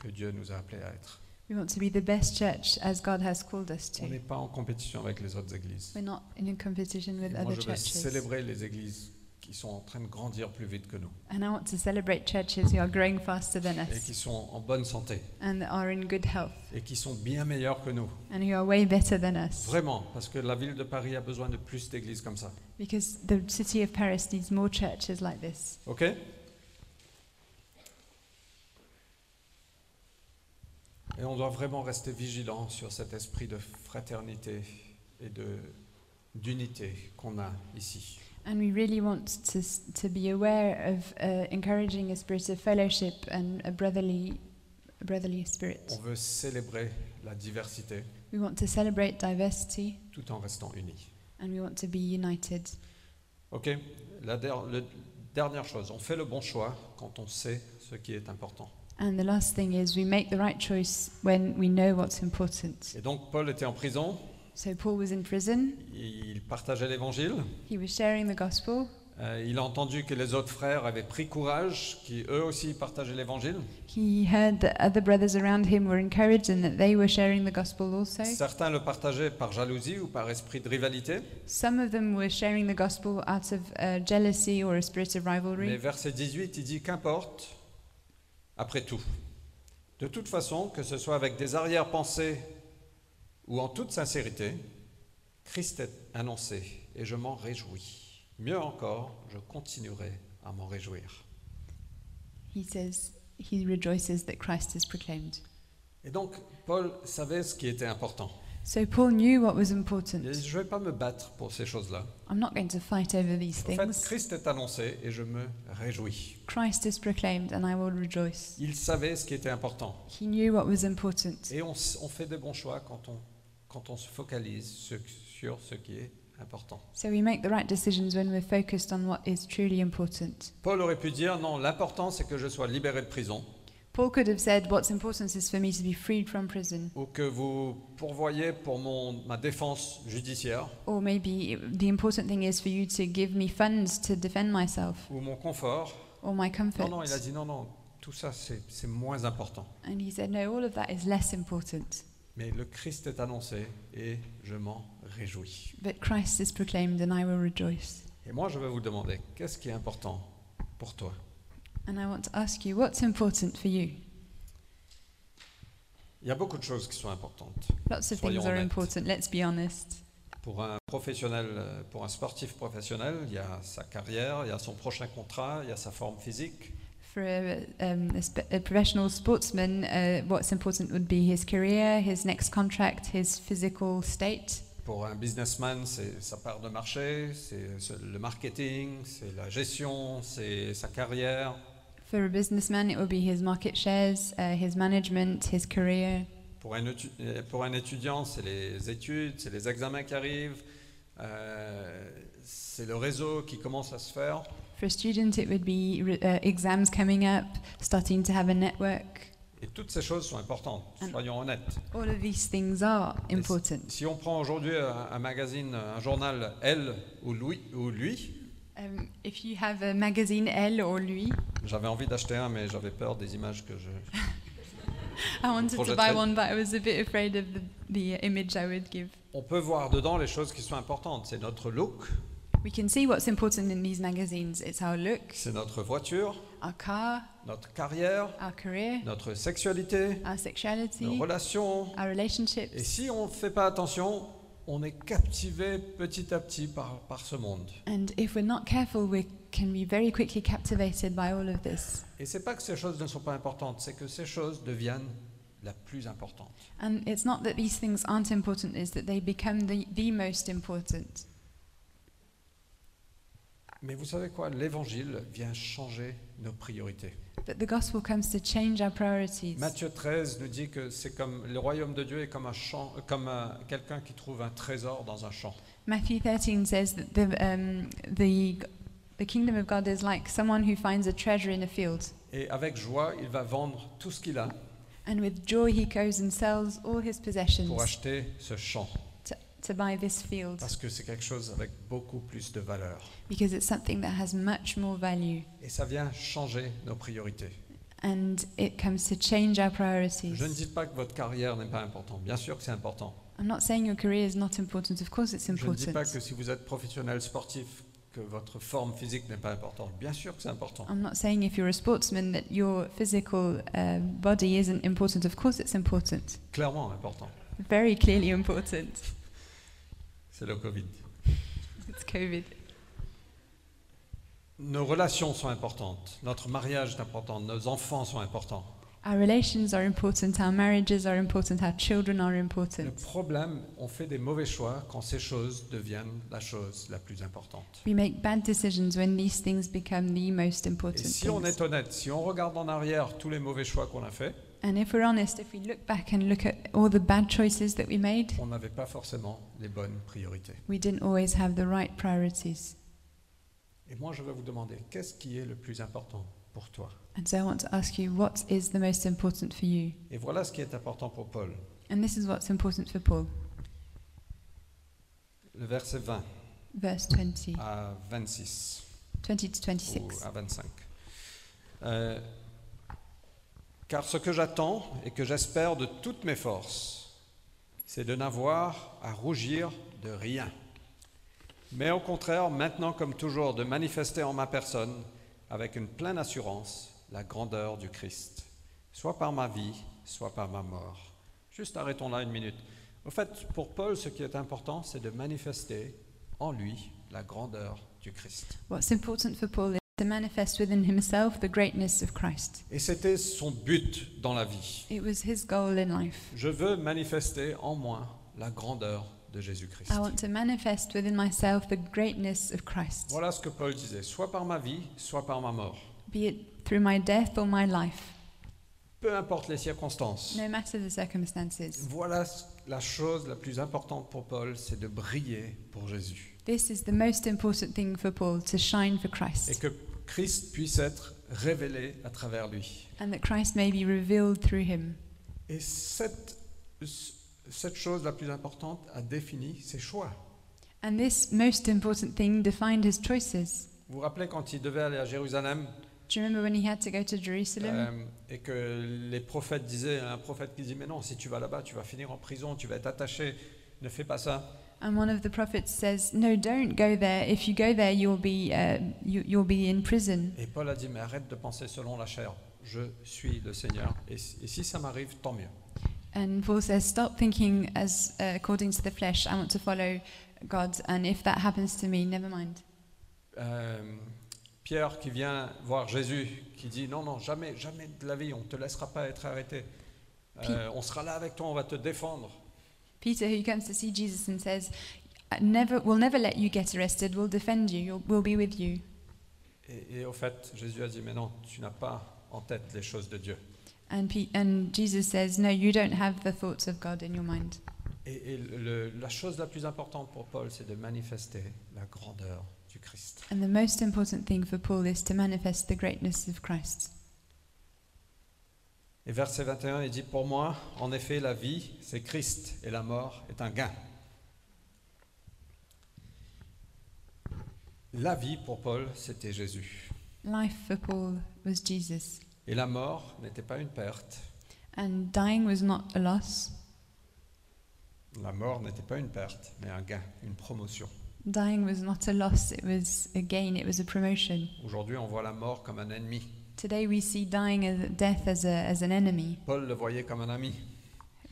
que Dieu nous a appelés à être.
We want to be the best church as God has called us
On n'est
to.
pas en compétition avec les autres églises.
We're not in a competition
Et
with
moi,
other
je veux
churches.
célébrer les églises qui sont en train de grandir plus vite que nous
And I want to celebrate churches who are growing faster than
et
us
qui sont en bonne santé
and are in good health
et qui sont bien meilleures que nous.
and who are way better than us.
Vraiment, parce que la ville de Paris a besoin de plus d'églises comme ça.
Because the city of Paris needs more churches like this.
OK Et on doit vraiment rester vigilant sur cet esprit de fraternité et de d'unité qu'on a ici.
And we really want to, s- to be aware of uh, encouraging a spirit of fellowship and a brotherly, brotherly
On
spirit.
veut célébrer la diversité
We want to celebrate diversity
tout en restant unis.
and we want to be united.
OK La der- le- dernière chose, on fait le bon choix quand on sait ce qui est important.
And the last thing is we make the right choice when we know what's important.
Et donc Paul était en prison,
So Paul was in prison,
il partageait l'évangile,
he was sharing the gospel,
Euh, il a entendu que les autres frères avaient pris courage, qui eux aussi partageaient l'évangile.
he heard that other brothers around him were encouraged and that they were sharing the gospel also.
Certains le partageaient par jalousie ou par esprit de rivalité,
Some of them were sharing the gospel out of uh, jealousy or a spirit of
mais
rivalry.
verset 18, il dit qu'importe, après tout. De toute façon, que ce soit avec des arrière-pensées ou en toute sincérité, Christ est annoncé et je m'en réjouis. Mieux encore, je continuerai à m'en réjouir.
He says he rejoices that Christ is proclaimed.
Et donc, Paul savait ce qui était important.
So Paul knew what was
Il dit,
important.
je ne vais pas me battre pour ces choses-là.
I'm not going to fight over these
En fait,
things.
Christ est annoncé et je me réjouis.
Christ is proclaimed and I will rejoice.
Il savait ce qui était important.
He knew what was important.
Et on, s- on fait des bons choix quand on, quand on se focalise sur- sur ce qui est important.
So we make the right decisions when we're focused on what is truly important.
Paul aurait pu dire, non, l'important c'est que je sois libéré de prison,
Paul could have said, What's important is for me to be freed from prison.
ou que vous pourvoyez pour mon, ma défense judiciaire,
Or maybe it- the important thing is for you to give me funds to defend myself
ou mon confort.
or my comfort.
Non, non, il a dit, non, non, tout ça c'est c'est moins important.
And he said, No, all of that is less important.
Mais le Christ est annoncé et je m'en réjouis.
But Christ is proclaimed and I will rejoice.
Et moi, je vais vous demander, qu'est-ce qui est important pour toi
And I want to ask you, what's important for you?
Il y a beaucoup de choses qui sont importantes.
Lots of
Soyons
things are
honnêtes.
important, let's be honest.
Pour un professionnel, euh, pour un sportif professionnel, il y a sa carrière, il y a son prochain contrat, il y a sa forme physique,
For a, um, a, sp- a professional sportsman, uh, what's important would be his career, his next contract, his physical state.
Pour un businessman, c'est sa part de marché, c'est c'est le marketing, c'est la gestion, c'est sa carrière.
For a businessman, it would be his market shares, uh, his management, his career.
Pour un, étu- euh, pour un étudiant, c'est les études, c'est les examens qui arrivent, euh, c'est le réseau qui commence à se faire.
For a student, it would be re- uh, exams coming up, starting to have a network.
Et toutes ces choses sont importantes,
Un-
soyons honnêtes.
All of these things are
Et si-
important.
Si on prend aujourd'hui un, un magazine, un journal, elle ou, Louis, ou lui,
Um, if you have a magazine, Elle or Lui,
j'avais envie d'acheter un, mais j'avais peur des images que je...
I wanted to
Projeté.
buy one, but I was a bit afraid of the, the image I would give.
On peut voir dedans les choses qui sont importantes. C'est notre look,
We can see what's important in these magazines. It's our look,
c'est notre voiture,
our car,
notre carrière,
our career,
notre sexualité,
our
nos
sexuality,
relations.
our
Et
relationships.
si on ne fait pas attention, on est captivé petit à petit par, par ce monde.
And if we're not careful, we can be very quickly captivated by all of this.
Et c'est pas que ces choses ne sont pas importantes, c'est que ces choses deviennent la plus importante.
And it's not that these things aren't important, it's that they become the, the most important.
Mais vous savez quoi L'évangile vient changer nos priorités.
But the gospel comes to change our priorities.
Matthieu 13 nous euh, dit que c'est comme le royaume de Dieu est comme un champ, euh, comme un- quelqu'un qui trouve un trésor dans un champ.
Matthew 13 says that the, um, the, the kingdom of God is like someone who finds a treasure in a field,
Et avec joie, il va vendre tout ce qu'il a
and with joy he goes and sells all his
pour
possessions
acheter ce champ,
to, to buy this field
parce que c'est quelque chose avec beaucoup plus de valeur.
because it's something that has much more value
Et ça vient changer nos priorités.
and it comes to change our
Je ne
priorities.
dis pas que votre carrière n'est pas importante. Bien sûr que c'est important.
I'm not saying your career is not important, of course it's
Je ne dis pas
important.
que si vous êtes professionnel sportif, que votre forme physique n'est pas importante. Bien sûr que c'est important.
I'm not saying if you're a sportsman that your physical uh, body isn't important, of course it's important.
Clairement important.
Very clearly important.
C'est le Covid.
It's COVID.
Nos relations sont importantes. Notre mariage est important. Nos enfants sont importants.
Our relations are important, our marriages are important, our children are
Le
important.
problème, on fait des mauvais choix quand ces choses deviennent la chose la plus importante.
We make bad decisions when these things become the most
Et
important
si on
things.
est honnête, si on regarde en arrière tous les mauvais choix qu'on a faits,
And if we're honest, if we look back and look at all the bad choices that we made,
on n'avait pas forcément les bonnes priorités.
we didn't always have the right priorities.
Et moi, je vais vous demander, qu'est-ce qui est le plus important pour toi
And so I want to ask you, what is the most important for you?
Et voilà ce qui est important pour Paul.
And this is what's important for Paul.
Le verset 20
Verse 20,
à 26.
20 to
ou
26.
à 25. Euh, car ce que j'attends et que j'espère de toutes mes forces, c'est de n'avoir à rougir de rien. Mais au contraire, maintenant comme toujours, de manifester en ma personne, avec une pleine assurance, la grandeur du Christ, soit par ma vie, soit par ma mort. Juste arrêtons là une minute. Au fait, pour Paul, ce qui est important, c'est de manifester en lui la grandeur du Christ.
What's important for Paul is to manifest within himself the greatness of Christ.
Et c'était son but dans la vie.
It was his goal in life.
Je veux manifester en moi la grandeur de Jésus-Christ.
I want to manifest within myself the greatness of Christ,
Voilà ce que Paul disait, soit par ma vie, soit par ma mort.
be it through my death or my life,
Peu importe les circonstances.
no matter the circumstances.
Voilà ce- la chose la plus importante pour Paul, c'est de briller pour Jésus.
This is the most important thing for Paul to shine for
Et
Christ,
que Christ puisse être révélé à travers lui.
and that Christ may be revealed through him.
Et cette, cette chose la plus importante a défini ses choix.
And this most important thing defined his choices.
Vous vous rappelez quand il devait aller à Jérusalem,
Do you remember when he had to go to Jerusalem?
Euh, et que les prophètes disaient, un prophète qui dit, mais non, si tu vas là-bas, tu vas finir en prison, tu vas être attaché, ne fais pas ça.
And one of the prophets says, "No, don't go there. If you go there, you'll be uh, you, you'll be in prison."
Et Paul a dit, mais arrête de penser selon la chair, je suis le Seigneur, et, si- et si ça m'arrive, tant mieux.
And Paul says, "Stop thinking as uh, according to the flesh. I want to follow God, and if that happens to me, never mind."
Euh, Pierre qui vient voir Jésus, qui dit, non, non, jamais, jamais de la vie, on ne te laissera pas être arrêté. Euh,
Puis-
on sera là avec toi, on va te défendre.
Peter, who comes to see Jesus and says, "I "Never, we'll never let you get arrested. We'll defend you. You'll, we'll be with you."
Et, et au fait, Jésus a dit, mais non, tu n'as pas en tête les choses de Dieu.
And Pe- and Jesus says, "No, you don't have the thoughts of God in your mind."
Et, et le- la chose la plus importante pour Paul, c'est de manifester la grandeur du Christ.
And the most important thing for Paul is to manifest the greatness of Christ.
Et verset 21, il dit, pour moi, en effet, la vie, c'est Christ, et la mort est un gain. La vie pour Paul, c'était Jésus.
Life for Paul was Jesus.
Et la mort n'était pas une perte.
And dying was not a loss.
La mort n'était pas une perte, mais un gain, une promotion.
Dying was not a loss, it was a gain, it was a promotion.
Aujourd'hui, on voit la mort comme un ennemi.
Today we see dying as death as, a, as an enemy.
Paul le voyait comme un ami.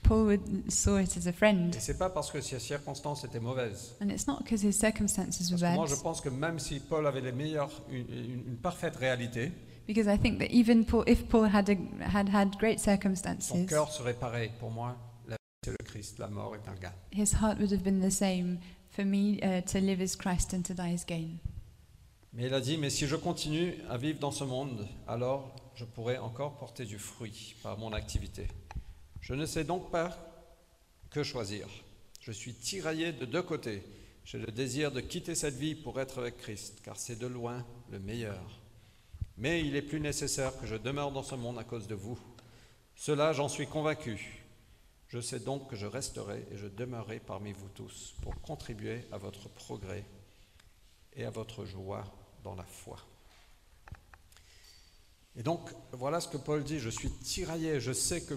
Paul would, saw it as a
Et
friend.
c'est pas parce que ses circonstances étaient mauvaises.
And it's not because his circumstances
Parce que
were bad,
moi, je pense que même si Paul avait les meilleurs, une, une- une parfaite réalité,
because I think that even Paul, if Paul had, a, had had great
son
circumstances,
cœur serait pareil. Pour moi, la vie, c'est le Christ, la mort est un gain.
his heart would have been the same. For me, uh, to live is Christ and to die is gain.
Mais il a dit, mais si je continue à vivre dans ce monde, alors je pourrai encore porter du fruit par mon activité. Je ne sais donc pas que choisir. Je suis tiraillé de deux côtés. J'ai le désir de quitter cette vie pour être avec Christ, car c'est de loin le meilleur. Mais il est plus nécessaire que je demeure dans ce monde à cause de vous. Cela, j'en suis convaincu. Je sais donc que je resterai et je demeurerai parmi vous tous pour contribuer à votre progrès et à votre joie dans la foi. Et donc, voilà ce que Paul dit, je suis tiraillé, je sais que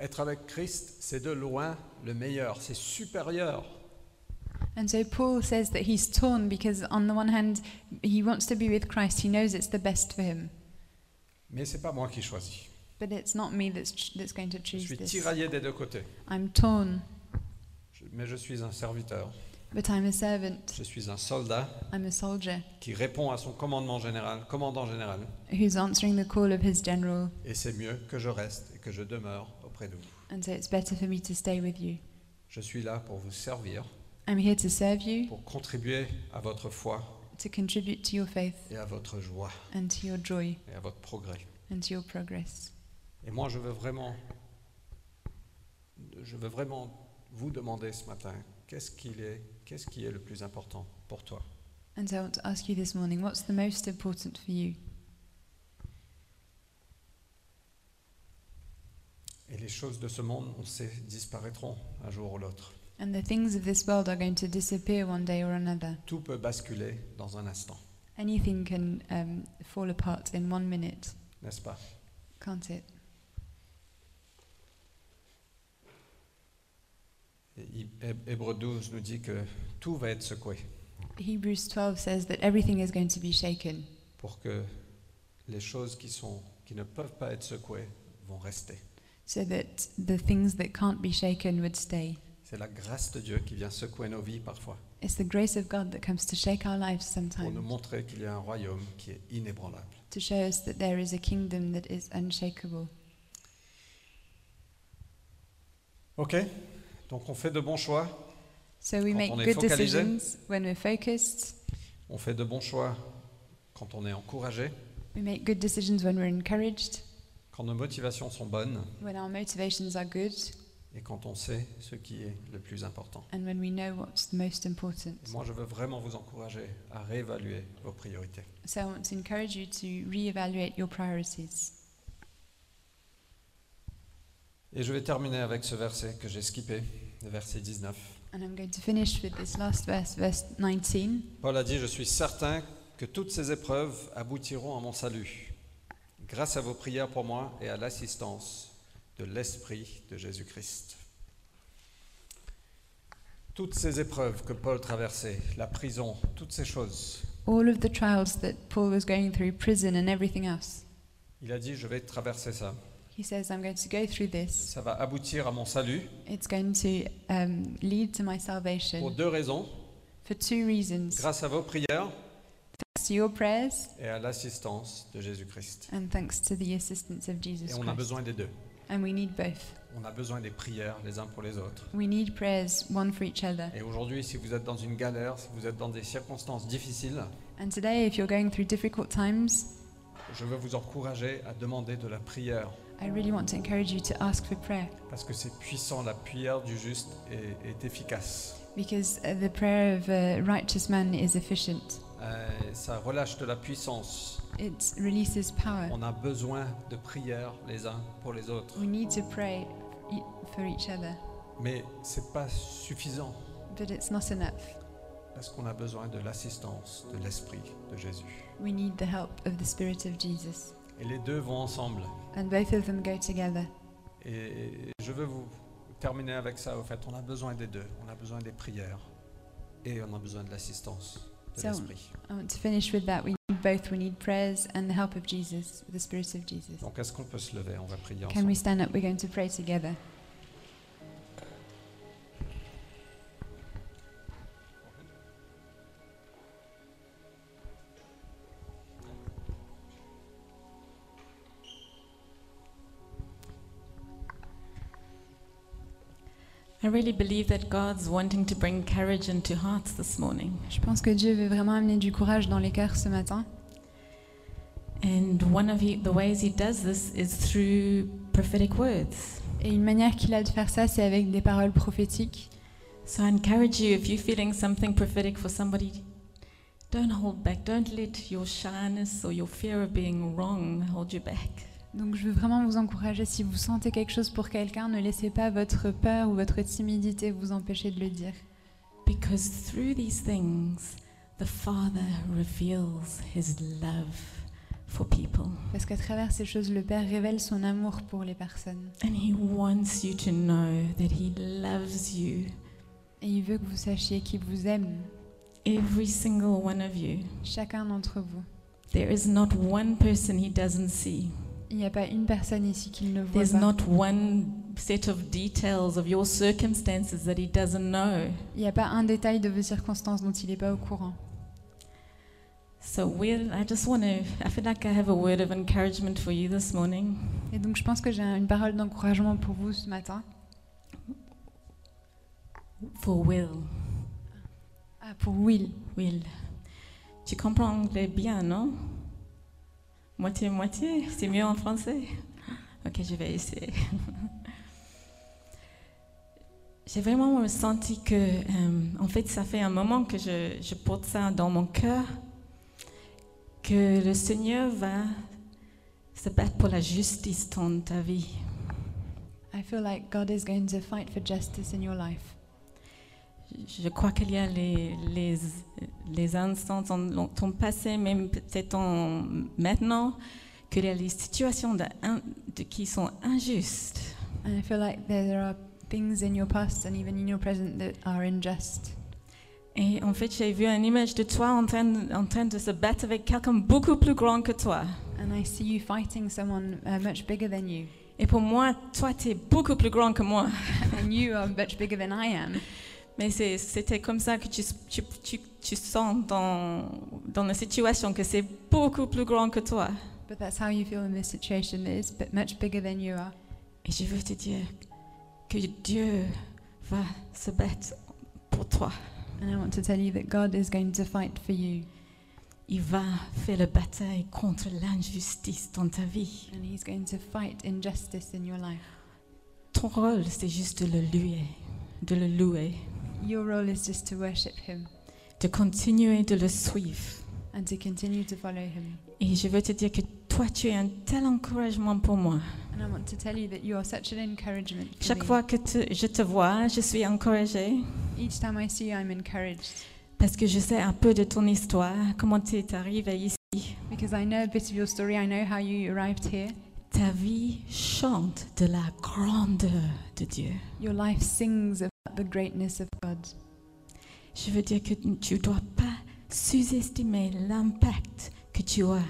être avec Christ, c'est de loin le meilleur, c'est supérieur.
And so Paul says that he's torn because, on the one hand, he wants to be with Christ, he knows it's the best for him.
Mais c'est pas moi qui choisis.
But it's not me that's, ch- that's going to
Je
choose
suis
this.
tiraillé des deux côtés.
I'm torn,
Je- Mais je suis un serviteur.
but I'm a servant.
Je suis un soldat
I'm a soldier
qui répond à son commandement général, commandant général.
who's answering the call of his general.
Et c'est mieux que je reste et que je demeure auprès de vous.
And so it's better for me to stay with you.
Je suis là pour vous servir,
I'm here to serve you,
pour contribuer à votre foi
to contribute to your faith
et à votre joie
and to your joy
et à votre progrès.
and to your progress.
Et moi, je veux vraiment, je veux vraiment vous demander ce matin, qu'est-ce qu'il est, qu'est-ce qui est le plus important pour toi
And so I want to ask you this morning what's the most important for you?
Et les choses de ce monde, on sait, disparaîtront un jour ou l'autre.
And the things of this world are going to disappear one day or another.
Tout peut basculer dans un instant,
Anything can um, fall apart in one minute,
n'est-ce pas
can't it?
Et Hi- Hé- Hébreux 12 nous dit que tout va être secoué
Hebrews 12 says that everything is going to be shaken
pour que les choses qui, sont, qui ne peuvent pas être secouées vont rester.
so that the things that can't be shaken would stay.
C'est la grâce de Dieu qui vient secouer nos vies parfois
It's the grace of God that comes to shake our lives
pour nous
sometimes,
montrer qu'il y a un royaume qui est inébranlable.
to show us that there is a kingdom that is unshakable.
Ok Donc on fait de bons choix.
So we
Quand
make
on est
good
focalisé.
decisions when we're focused,
On fait de bons choix quand on est encouragé,
we make good decisions when we're encouraged,
quand nos motivations sont bonnes
when our motivations are good,
et quand on sait ce qui est le plus important.
and when we know what's the most important.
Et moi, je veux vraiment vous encourager à réévaluer vos priorités.
So I want to encourage you to reevaluate your priorities.
Et je vais terminer avec ce verset que j'ai skippé, le verset 19.
And I'm going to finish with this last verse, verse 19.
Paul a dit, je suis certain que toutes ces épreuves aboutiront à mon salut, grâce à vos prières pour moi et à l'assistance de l'Esprit de Jésus-Christ. Toutes ces épreuves que Paul traversait, la prison, toutes ces choses,
all of the trials that Paul was going through, prison and everything else.
il a dit, je vais traverser ça.
He says, I'm going to go through this.
Ça va aboutir à mon salut
It's going to um, lead to my
pour
salvation
deux raisons,
for two reasons
grâce à vos prières
thanks to your prayers
et à l'assistance de Jésus-Christ.
and thanks to the assistance of Jesus
Et on a
Christ.
besoin des deux.
And we need both.
On a besoin des prières les uns pour les autres.
We need prayers, one for each other.
Et aujourd'hui, si vous êtes dans une galère, si vous êtes dans des circonstances difficiles,
And today, if you're going through difficult times,
je veux vous encourager à demander de la prière.
I really want to encourage you to ask for prayer
Parce que c'est puissant, la prière du juste est, est efficace.
because uh, the prayer of a righteous man is efficient.
Euh, ça relâche de la puissance.
It releases power.
On a besoin de prières les uns pour les autres.
We need to pray e- for each other,
Mais c'est pas suffisant.
but it's not enough.
Parce qu'on a besoin de l'assistance de l'Esprit de Jésus.
We need the help of the Spirit of Jesus.
Et les deux vont ensemble.
And both of them go together.
Et je veux vous terminer avec ça, au fait. On a besoin des deux. On a besoin des prières. Et on a besoin de l'assistance de
Ça, on-
l'Esprit.
I want to finish with that. We need both. We need prayers and the help of Jesus, the Spirit of Jesus.
Donc est-ce qu'on peut se lever On va prier
Can
ensemble.
we stand up? We're going to pray together.
I really believe that God's wanting to bring courage into hearts this morning.
Je pense que Dieu veut vraiment amener du courage dans les cœurs ce matin.
And one of he, the ways He does this is through prophetic words.
Et une manière qu'il a de faire ça, c'est avec des paroles prophétiques.
So I encourage you if you're feeling something prophetic for somebody, don't hold back. Don't let your shyness or your fear of being wrong hold you back.
Donc je veux vraiment vous encourager, si vous sentez quelque chose pour quelqu'un, ne laissez pas votre peur ou votre timidité vous empêcher de le dire.
Because through these things, the Father reveals his love for people.
Parce qu'à travers ces choses, le Père révèle son amour pour les personnes.
And he wants you to know that he loves you,
Et il veut que vous sachiez qu'il vous aime,
every single one of you.
chacun d'entre vous.
There is not one person he doesn't see.
Il n'y a pas une personne ici qu'il ne voit
There's
pas.
not one set of details of your circumstances that he doesn't know.
Il n'y a pas un détail de vos circonstances dont il n'est pas au courant.
So we're, I just want to, I feel like I have a word of encouragement for you this morning.
Et donc je pense que j'ai une parole d'encouragement pour vous ce matin.
For Will.
Ah, pour Will.
Will. Tu comprends anglais bien, non Moitié-moitié, c'est mieux en français Ok, je vais essayer. J'ai vraiment ressenti que, euh, en fait, ça fait un moment que je, je porte ça dans mon cœur, que le Seigneur va se battre pour la justice dans ta vie.
I feel like God is going to fight for justice in your life.
Je crois qu'il y a les, les, les instants dans dans ton passé, même peut-être en- maintenant, qu'il y a les situations de- in- de- qui sont injustes.
And I feel like there, there are things in your past and even in your present that are unjust.
Et en fait, j'ai vu une image de toi en train, de- en train de se battre avec quelqu'un beaucoup plus grand que toi.
And I see you fighting someone uh, much bigger than you.
Et pour moi, toi, tu es beaucoup plus grand que moi.
and you are much bigger than I am.
Mais c'est- c'était comme ça que tu, tu, tu, tu sens dans, dans la situation que c'est beaucoup plus grand que toi.
But that's how you feel in this situation. It is but much bigger than you are.
Et je veux te dire que Dieu va se battre pour toi.
And I want to tell you that God is going to fight for you.
Il va faire la bataille contre l'injustice dans ta vie.
And He's going to fight injustice in your life.
Ton rôle, c'est juste de le louer, de le louer,
Your role is just to worship Him
de continuer de le suivre.
and to continue to follow Him.
Et je veux te dire que toi, tu es un tel encouragement pour moi.
And I want to tell you that you are such an encouragement. For
Chaque
me.
fois que te- je te vois, je suis encouragée
Each time I see you, I'm encouraged
parce que je sais un peu de ton histoire, comment tu es arrivée ici.
because I know a bit of your story. I know how you arrived here.
Ta vie chante de la grandeur de Dieu.
Your life sings about the greatness of God.
Je veux dire que tu ne dois pas sous-estimer l'impact que tu as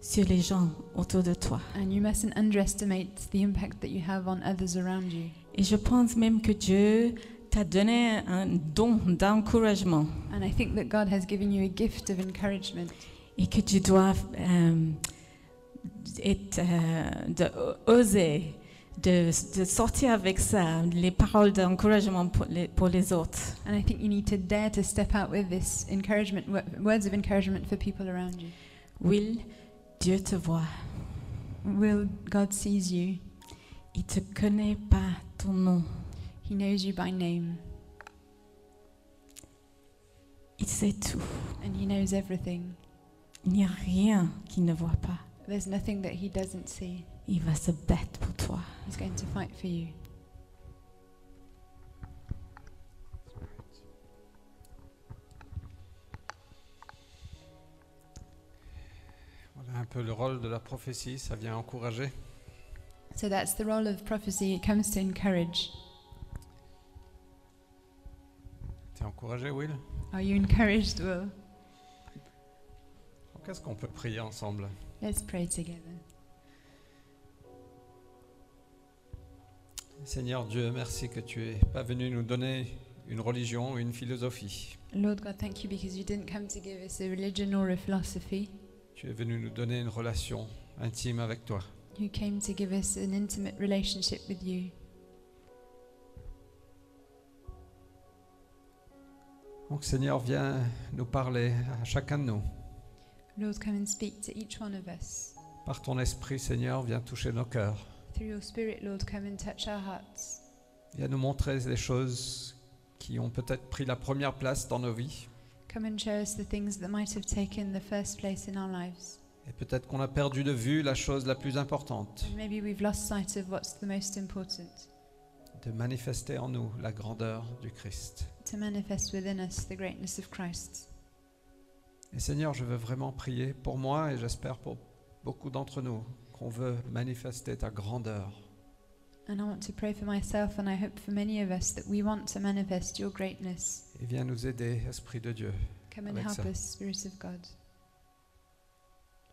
sur les gens autour de toi.
And you mustn't underestimate the impact that you have on others around you.
Et je pense même que Dieu t'a donné un don d'encouragement
And I think that God has given you a gift of encouragement.
et que tu dois euh, être, euh, de oser de, de sortir avec ça, les paroles d'encouragement pour les, pour les autres.
And I think you need to dare to step out with this encouragement, wo- words of encouragement for people around you.
Will, Dieu te voit.
Will God sees you?
Il ne te connaît pas ton nom.
He knows you by name
Il sait tout.
and he knows everything.
Il n'y a rien qu'il ne voit pas.
There's nothing that he doesn't see.
Il va se battre pour toi.
He's going to fight for you.
Voilà un peu le rôle de la prophétie, ça vient encourager.
So that's the role of prophecy. It comes to encourage.
T'es encouragé, Will
Are you encouraged, Will?
Qu'est-ce qu'on peut prier ensemble
Let's pray together.
Seigneur Dieu, merci que tu es pas venu nous donner une religion ou une philosophie.
Lord God, thank you because you didn't come to give us a religion or a philosophy.
Tu es venu nous donner une relation intime avec toi.
You came to give us an intimate relationship with you.
Donc Seigneur, viens nous parler à chacun de nous.
Lord, come and speak to each one of us.
Par ton esprit, Seigneur, viens toucher nos cœurs.
Through your Spirit, Lord, come and touch our hearts.
Viens nous montrer des choses qui ont peut-être pris la première place dans nos vies.
Come and show us the things that might have taken the first place in our lives.
Et peut-être qu'on a perdu de vue la chose la plus importante,
And maybe we've lost sight of what's the most important
de manifester en nous la grandeur du Christ.
to manifest within us the greatness of Christ.
Et Seigneur, je veux vraiment prier pour moi et j'espère pour beaucoup d'entre nous qu'on veut manifester ta grandeur.
And I want to pray for myself, and I hope for many of us that we want to manifest your greatness.
Et viens nous aider, Esprit de Dieu.
Come and
Alexa.
help us, Spirit of God.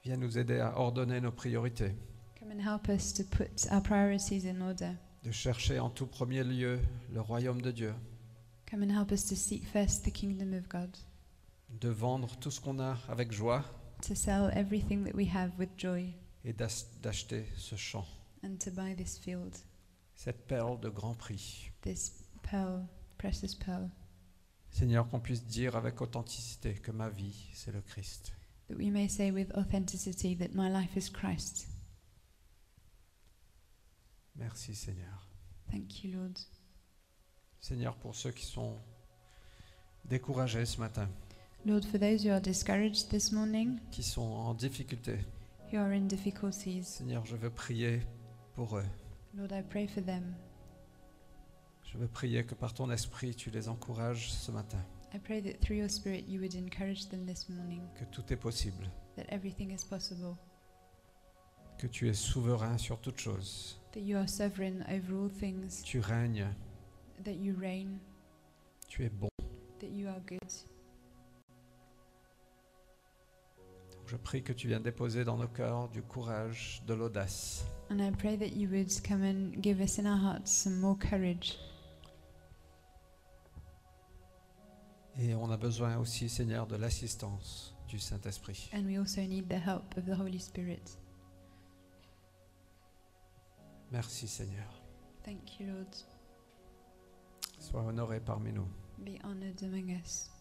Viens nous aider à ordonner nos priorités,
Come and help us to put our priorities in order.
de chercher en tout premier lieu le royaume de Dieu,
Come and help us to seek first the kingdom of God,
de vendre tout ce qu'on a avec joie
to sell everything that we have with joy,
et d'ach- d'acheter ce champ,
and to buy this field,
cette perle de grand prix.
this pearl, precious pearl,
Seigneur, qu'on puisse dire avec authenticité que ma vie, c'est le Christ.
that we may say with authenticity that my life is Christ.
Merci Seigneur.
Thank you, Lord.
Seigneur, pour ceux qui sont découragés ce matin,
Lord, for those who are discouraged this morning,
qui sont en difficulté,
who are in difficulties,
Seigneur, je veux prier pour eux.
Lord, I pray for them.
Je veux prier que par ton esprit, tu les encourages ce matin,
I pray that through your Spirit you would encourage them this morning,
que tout est possible,
that everything is possible,
que tu es souverain sur toutes choses,
that you are sovereign over all things,
tu règnes,
that you reign,
tu es bon.
that you are good.
Donc, Je prie que tu viennes déposer dans nos cœurs du courage, de l'audace,
And I pray that you would come and give us in our hearts some more courage.
et on a besoin aussi, Seigneur, de l'assistance du Saint-Esprit.
And we also need the help of the Holy Spirit.
Merci Seigneur.
Thank you, Lord.
Sois honoré parmi nous.
Be honored among us.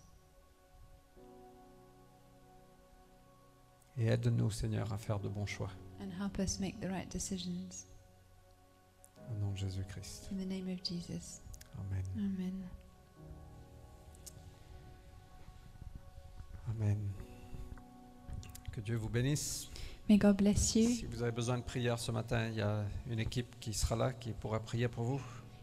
Et aide-nous, Seigneur, à faire de bons choix.
And help us make the right decisions.
Au nom de Jésus-Christ.
In the name of Jesus.
Amen.
Amen.
Amen. Que Dieu vous bénisse.
May God bless you.
Si vous avez besoin de prière ce matin, il y a une équipe qui sera là, qui pourra prier pour vous.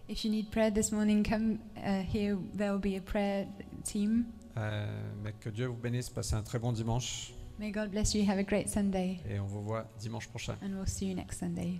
If you need prayer this morning, come uh, here. There will be a prayer team.
Euh, mais que Dieu vous bénisse. Passez un très bon dimanche
May God bless you. Have a great Sunday.
et on vous voit dimanche prochain.
And we'll see you next Sunday.